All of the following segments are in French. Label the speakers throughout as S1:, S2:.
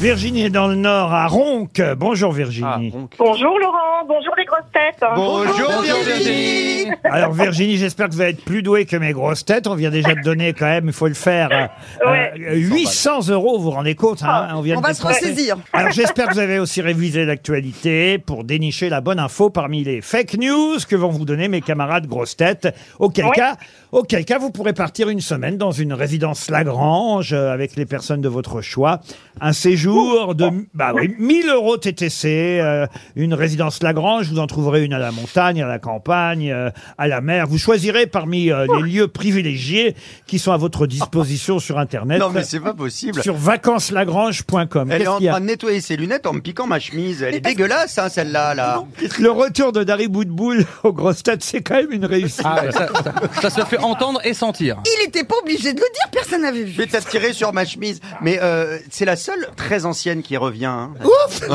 S1: Virginie est dans le Nord, à Ronc. Bonjour Virginie.
S2: Bonjour Laurent, bonjour les grosses têtes.
S3: Bonjour Virginie
S1: Alors Virginie, j'espère que vous allez être plus douée que mes grosses têtes. On vient déjà de donner quand même, il faut le faire, euh,
S2: Ouais.
S1: euh, 800 euros, vous vous rendez compte hein, on, vient
S4: Ah, On
S1: de
S4: va se
S1: dépasser.
S4: ressaisir.
S1: Alors j'espère que vous avez aussi révisé l'actualité pour dénicher la bonne info parmi les fake news que vont vous donner mes camarades grosses têtes. Auquel
S2: Ouais.
S1: cas, auquel cas, vous pourrez partir une semaine dans une résidence Lagrange euh, avec les personnes de votre choix. Un séjour de bah oui, 1000 euros TTC, euh, une résidence Lagrange. Vous en trouverez une à la montagne, à la campagne, euh, à la mer. Vous choisirez parmi euh, les lieux privilégiés qui sont à votre disposition sur Internet.
S3: Non mais c'est pas possible
S1: sur vacanceslagrange.com.
S3: Elle est
S1: Qu'est-ce
S3: en
S1: qu'il y a
S3: train de nettoyer ses lunettes en me piquant ma chemise. Elle est dégueulasse hein, celle-là là
S1: Le retour de Dari Boudboul aux grosses têtes, c'est quand même une réussite.
S5: Ah ouais, ça, ça- ça se fait entendre et sentir.
S4: Il était pas obligé de le dire, personne n'avait
S3: Je
S4: vu.
S3: vais t'attirer sur ma chemise Mais euh, c'est la seule très ancienne qui revient hein.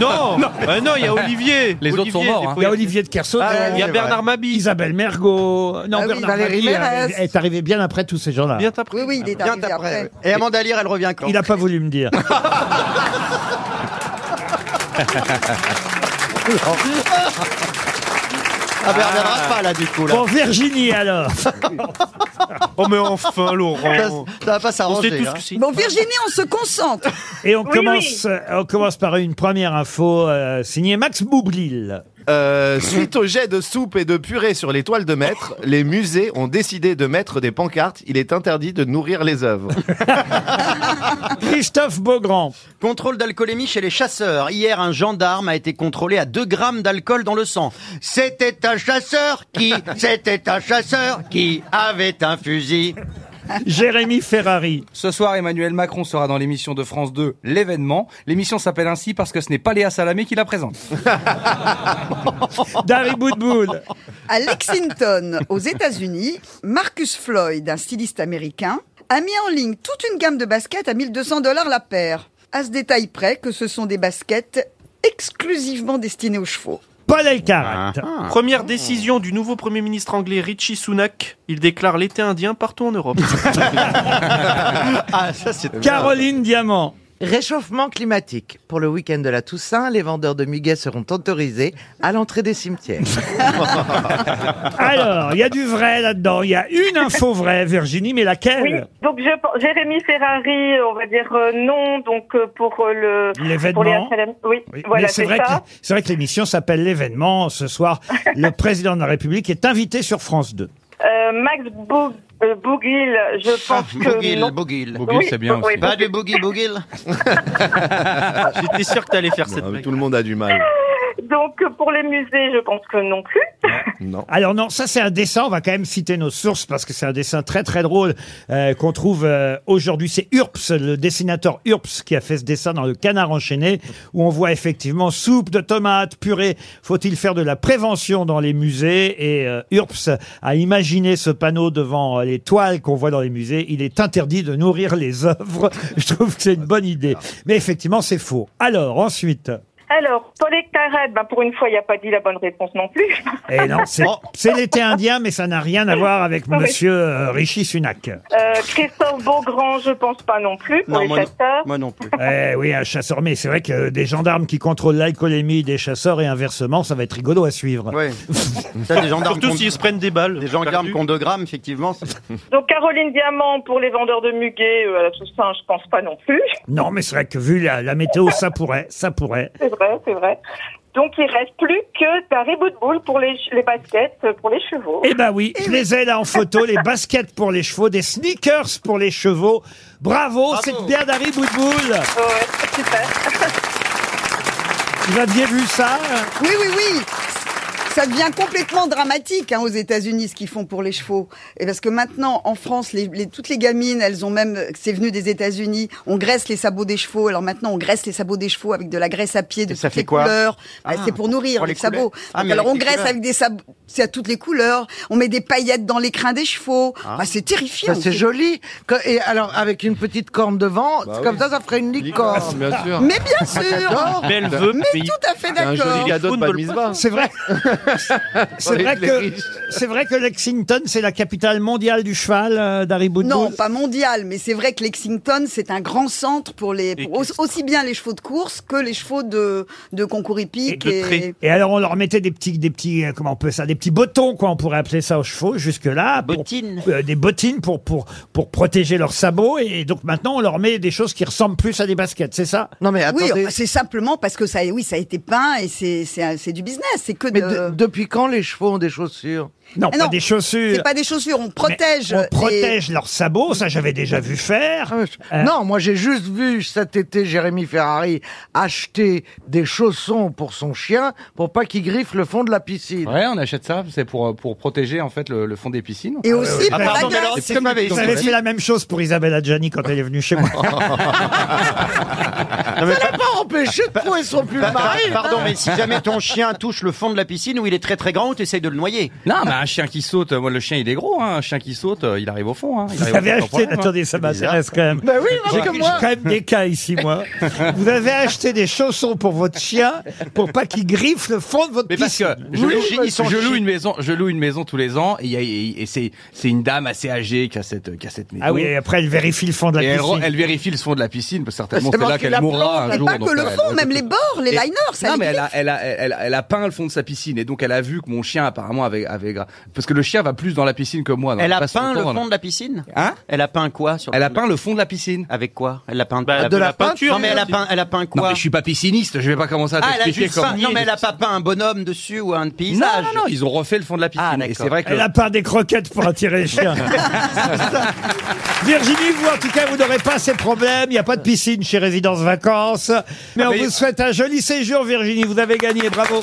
S6: Non, Bah non, il y a Olivier.
S5: Les autres sont morts,
S6: des
S5: hein.
S1: Il y a
S6: fois,
S1: Olivier de Kersauzon,
S3: Ah,
S6: Il y a
S3: C'est
S6: Bernard Mabille.
S1: Isabelle Mergot, non
S4: Ah oui,
S1: Bernard
S4: Valérie
S1: Mabille,
S4: Mérès.
S1: euh, est arrivé bien après tous ces gens-là.
S6: Bien t'appris.
S4: Oui, oui, il est
S3: Bien
S4: arrivé
S3: après.
S4: après.
S3: Et Amanda Lear, elle revient quand
S1: Il n'a pas voulu me dire.
S3: Ah ben elle reviendra pas là du coup là
S1: Bon Virginie alors.
S6: Oh mais enfin,
S3: Ça,
S6: Laurent.
S3: ça va pas
S6: On sait
S3: s'arranger
S6: tout ce
S3: hein.
S6: que c'est.
S4: Bon, Virginie, on se concentre.
S1: Et on
S2: Oui,
S1: commence, euh, on commence par une première info euh, signée Max Boublil.
S7: Euh, suite au jet de soupe et de purée sur les toiles de maître, les musées ont décidé de mettre des pancartes. Il est interdit de nourrir les œuvres.
S1: Christophe Beaugrand,
S3: Contrôle d'alcoolémie chez les chasseurs. Hier, un gendarme a été contrôlé à 2 grammes d'alcool dans le sang. C'était un chasseur qui, c'était un chasseur qui avait un fusil.
S1: Jérémy Ferrari,
S5: Ce soir, Emmanuel Macron sera dans l'émission de France 2, l'événement. L'émission s'appelle ainsi parce que ce n'est pas Léa Salamé qui la présente.
S1: Dari Boudboul,
S4: À Lexington, aux États-Unis, Marcus Floyd, un styliste américain, a mis en ligne toute une gamme de baskets à 1200 dollars la paire. À ce détail près que ce sont des baskets exclusivement destinées aux chevaux.
S1: Paul Elkarat,
S8: Ah,
S6: Ah. Première décision du nouveau Premier ministre anglais Richie Sunak. Il déclare l'été indien partout en Europe.
S3: Ah, ça c'est
S1: Caroline Diamant,
S8: Réchauffement climatique. Pour le week-end de la Toussaint, les vendeurs de muguet seront autorisés à l'entrée des cimetières.
S1: Alors, il y a du vrai là-dedans. Il y a une info vraie, Virginie, mais
S2: Oui,
S1: laquelle
S2: donc je, pense- Jérémy Ferrari, on va dire euh, non, donc euh, pour euh, le pour les
S1: L'événement.
S2: HLM. Oui,
S1: Oui,
S2: voilà,
S1: mais c'est
S2: c'est
S1: vrai,
S2: ça.
S1: que- c'est vrai que l'émission s'appelle L'événement. Ce soir, le président de la République est invité sur France 2.
S2: Euh, Max Bou- euh, Bouguil, je
S3: Ah,
S2: pense que
S3: Bouguil,
S2: non.
S3: Bouguil.
S5: Bouguil,
S2: Oui,
S5: c'est bien
S2: oui,
S5: aussi.
S3: Pas du boogie boogie.
S6: J'étais sûr que t'allais faire cette
S7: Non, mais
S6: blague.
S7: tout le monde a du mal.
S2: Donc euh, pour les musées, je pense que non plus.
S7: Non.
S1: Alors non, ça c'est un dessin, on va quand même citer nos sources parce que c'est un dessin très très drôle euh, qu'on trouve euh, aujourd'hui. C'est Urps, le dessinateur Urps qui a fait ce dessin dans le canard enchaîné où on voit effectivement soupe de tomates, purée. Faut-il faire de la prévention dans les musées Et euh, Urps a imaginé ce panneau devant euh, les toiles qu'on voit dans les musées. Il est interdit de nourrir les œuvres. Je trouve que c'est une bonne idée. Mais effectivement c'est faux. Alors ensuite...
S2: Alors Paul Hectaret, ben pour une fois, il n'y a pas dit la bonne réponse non plus.
S1: Eh non, c'est c'est l'été indien, mais ça n'a rien à voir avec
S2: oui.
S1: monsieur euh, Richie Sunak.
S2: Euh, Christophe Beaugrand, je pense pas non plus pour
S3: Non,
S2: les
S3: moi non.
S2: chasseurs.
S3: Moi non plus.
S1: Eh oui, un chasseur, mais c'est vrai que des gendarmes qui contrôlent l'alcoolémie des chasseurs et inversement, ça va être rigolo à suivre.
S3: Oui. Ça, des gendarmes, qui
S6: Surtout
S3: ont,
S6: s'ils se prennent des balles.
S3: des gendarmes
S6: Perdu.
S3: qui ont deux grammes, effectivement. c'est-
S2: Donc Caroline Diamant pour les vendeurs de muguet, euh, à la Toussaint, je pense pas non plus.
S1: Non, mais c'est vrai que vu la, la météo, ça pourrait, ça pourrait.
S2: C'est vrai, c'est vrai. Donc il reste plus que Paris Bootbull pour les, les baskets, euh, pour les chevaux.
S1: Eh ben oui, je les ai là en photo, les baskets pour les chevaux, des sneakers pour les chevaux. Bravo, c'est bien Dari Boudboul.
S2: Ouais, super.
S1: Vous aviez vu ça hein
S4: Oui, oui, oui. Ça devient complètement dramatique hein, aux États-Unis ce qu'ils font pour les chevaux. Et parce que maintenant, en France, les, les- toutes les gamines, elles ont même, c'est venu des États-Unis, on graisse les sabots des chevaux. Alors maintenant, on graisse les sabots des chevaux avec de la graisse à pied de
S3: Et ça
S4: toutes
S3: fait
S4: les
S3: quoi
S4: couleurs. Bah,
S3: Ah,
S4: c'est pour nourrir
S3: pour
S4: les,
S3: les couleurs.
S4: sabots.
S3: Ah,
S4: Donc,
S3: mais
S4: alors
S3: avec les
S4: on graisse
S3: couleurs.
S4: avec des sabots, c'est à toutes les couleurs. On met des paillettes dans les crins des chevaux.
S3: Ah.
S4: Bah, c'est
S8: Ça,
S4: terrifiant.
S8: c'est joli. Que- Et alors, avec une petite corne devant,
S7: Bah
S8: comme
S7: oui.
S8: ça, ça ferait une licorne.
S7: Bien sûr.
S4: Mais bien sûr.
S8: J'adore.
S6: Belle veuve,
S4: Mais
S3: Ah,
S6: pays.
S3: bah,
S4: tout à fait
S7: C'est un
S4: d'accord.
S7: joli cadeau de
S6: Football.
S7: Bat Mitzvah.
S1: C'est vrai. C'est vrai, que, c'est vrai que Lexington, c'est la capitale mondiale du cheval, euh, d'Harry Boudboul.
S4: Non, pas mondial, mais c'est vrai que Lexington, c'est un grand centre pour les pour au- aussi bien les chevaux de course que les chevaux de, de concours hippique.
S6: Et de tri.
S1: Et alors on leur mettait des petits, des petits, euh, comment on peut ça, des petits bottons, quoi, on pourrait appeler ça aux chevaux jusque là,
S3: Bottines.
S1: des bottines pour pour pour protéger leurs sabots. Et donc maintenant on leur met des choses qui ressemblent plus à des baskets, c'est ça
S8: Non mais
S4: oui,
S8: attendez.
S4: enfin, c'est simplement parce que ça, oui, ça a été peint et c'est c'est euh, c'est du business. C'est que
S8: mais
S4: de-
S8: de- depuis quand les chevaux ont des chaussures
S1: Non,
S4: Ah
S1: pas
S4: non,
S1: des chaussures.
S4: c'est pas des chaussures, on protège.
S1: Mais
S4: les-
S1: On protège leurs sabots, ça j'avais déjà vu faire.
S8: Ah, je-
S1: Euh,
S8: Non, moi j'ai juste vu cet été Jérémy Ferrari acheter des chaussons pour son chien pour pas qu'il griffe le fond de la piscine.
S5: Ouais, on achète ça, c'est pour, euh, pour protéger en fait le, le fond des piscines.
S4: Et aussi pour
S7: Ah, pardon,
S4: la
S7: mais alors,
S4: glace.
S7: c'est comme avec.
S1: Vous avez fait la même chose pour Isabelle Adjani quand elle est venue chez moi.
S5: Ah,
S8: Ça l'a pas empêché
S3: Ah, bah,
S8: de trouver son plus
S3: Pareil, pardon, mais si jamais ton chien touche le fond de la piscine où il est très très grand, tu essayes de le noyer.
S5: Non, mais un chien qui saute, euh, moi le chien il est gros, hein, un chien qui saute, euh, il arrive au fond. Hein, il
S1: Vous
S5: arrive au
S1: avez
S5: fond sans
S1: acheté,
S5: problème, hein.
S1: attendez, ça m'intéresse quand
S4: Bah
S1: même.
S8: oui,
S1: J'ai
S8: voilà.
S1: j'ai quand même des cas ici, moi. Vous avez acheté des chaussons pour votre chien pour pas qu'il griffe le fond de votre
S5: Mais parce que
S1: piscine.
S5: je,
S3: Oui,
S5: loue,
S3: parce que-
S5: je loue une maison, je loue une maison tous les ans et, il y a- et- et c'est c'est une dame assez âgée qui a cette qui a cette maison.
S1: Ah oui, et après, elle vérifie le fond de la
S5: Et elle,
S1: piscine.
S5: re- elle vérifie le fond de la piscine, parce que certainement
S8: C'est
S5: c'est là
S8: marqué la
S5: qu'elle mourra
S8: plante,
S5: un
S4: Mais
S5: jour.
S4: pas que
S5: donc euh,
S4: le
S5: elle-
S4: fond,
S5: elle-
S4: même les bords, les
S5: Et-
S4: liners, ça
S5: non, mais
S4: existe.
S5: elle a, elle, a, elle, elle a peint le fond de sa piscine et donc elle a vu que mon chien apparemment avait, avait gra- parce que le chien va plus dans la piscine que moi. donc
S3: Elle a
S5: passe son
S3: peint
S5: temps
S3: le
S5: dans
S3: fond de la piscine
S5: Hein
S3: Elle a peint quoi sur le
S5: Elle a
S3: fond de-
S5: peint le fond de la piscine.
S3: Avec quoi Elle a peint
S6: Bah,
S3: elle a-
S6: de la peinture,
S3: Non, mais elle a
S6: dit.
S3: peint, elle a peint
S5: Non
S3: quoi
S5: mais je suis pas pisciniste, je vais pas commencer à
S3: Ah, elle a
S5: t'expliquer
S3: juste
S5: comment.
S3: peint. Non, mais elle a pas peint un bonhomme dessus ou un
S5: Non,
S3: paysage.
S5: non, non, ils ont refait le fond de la
S3: Ah,
S5: piscine. et
S3: d'accord.
S5: c'est vrai que
S1: Elle a pas des croquettes pour attirer les chiens. Virginie, vous en tout cas, vous n'aurez pas ces problèmes. Il n'y a pas de piscine
S5: Ah
S1: chez Résidence Vacances. Mais on vous souhaite un joli séjour, Virginie. Vous avez gagné, bravo.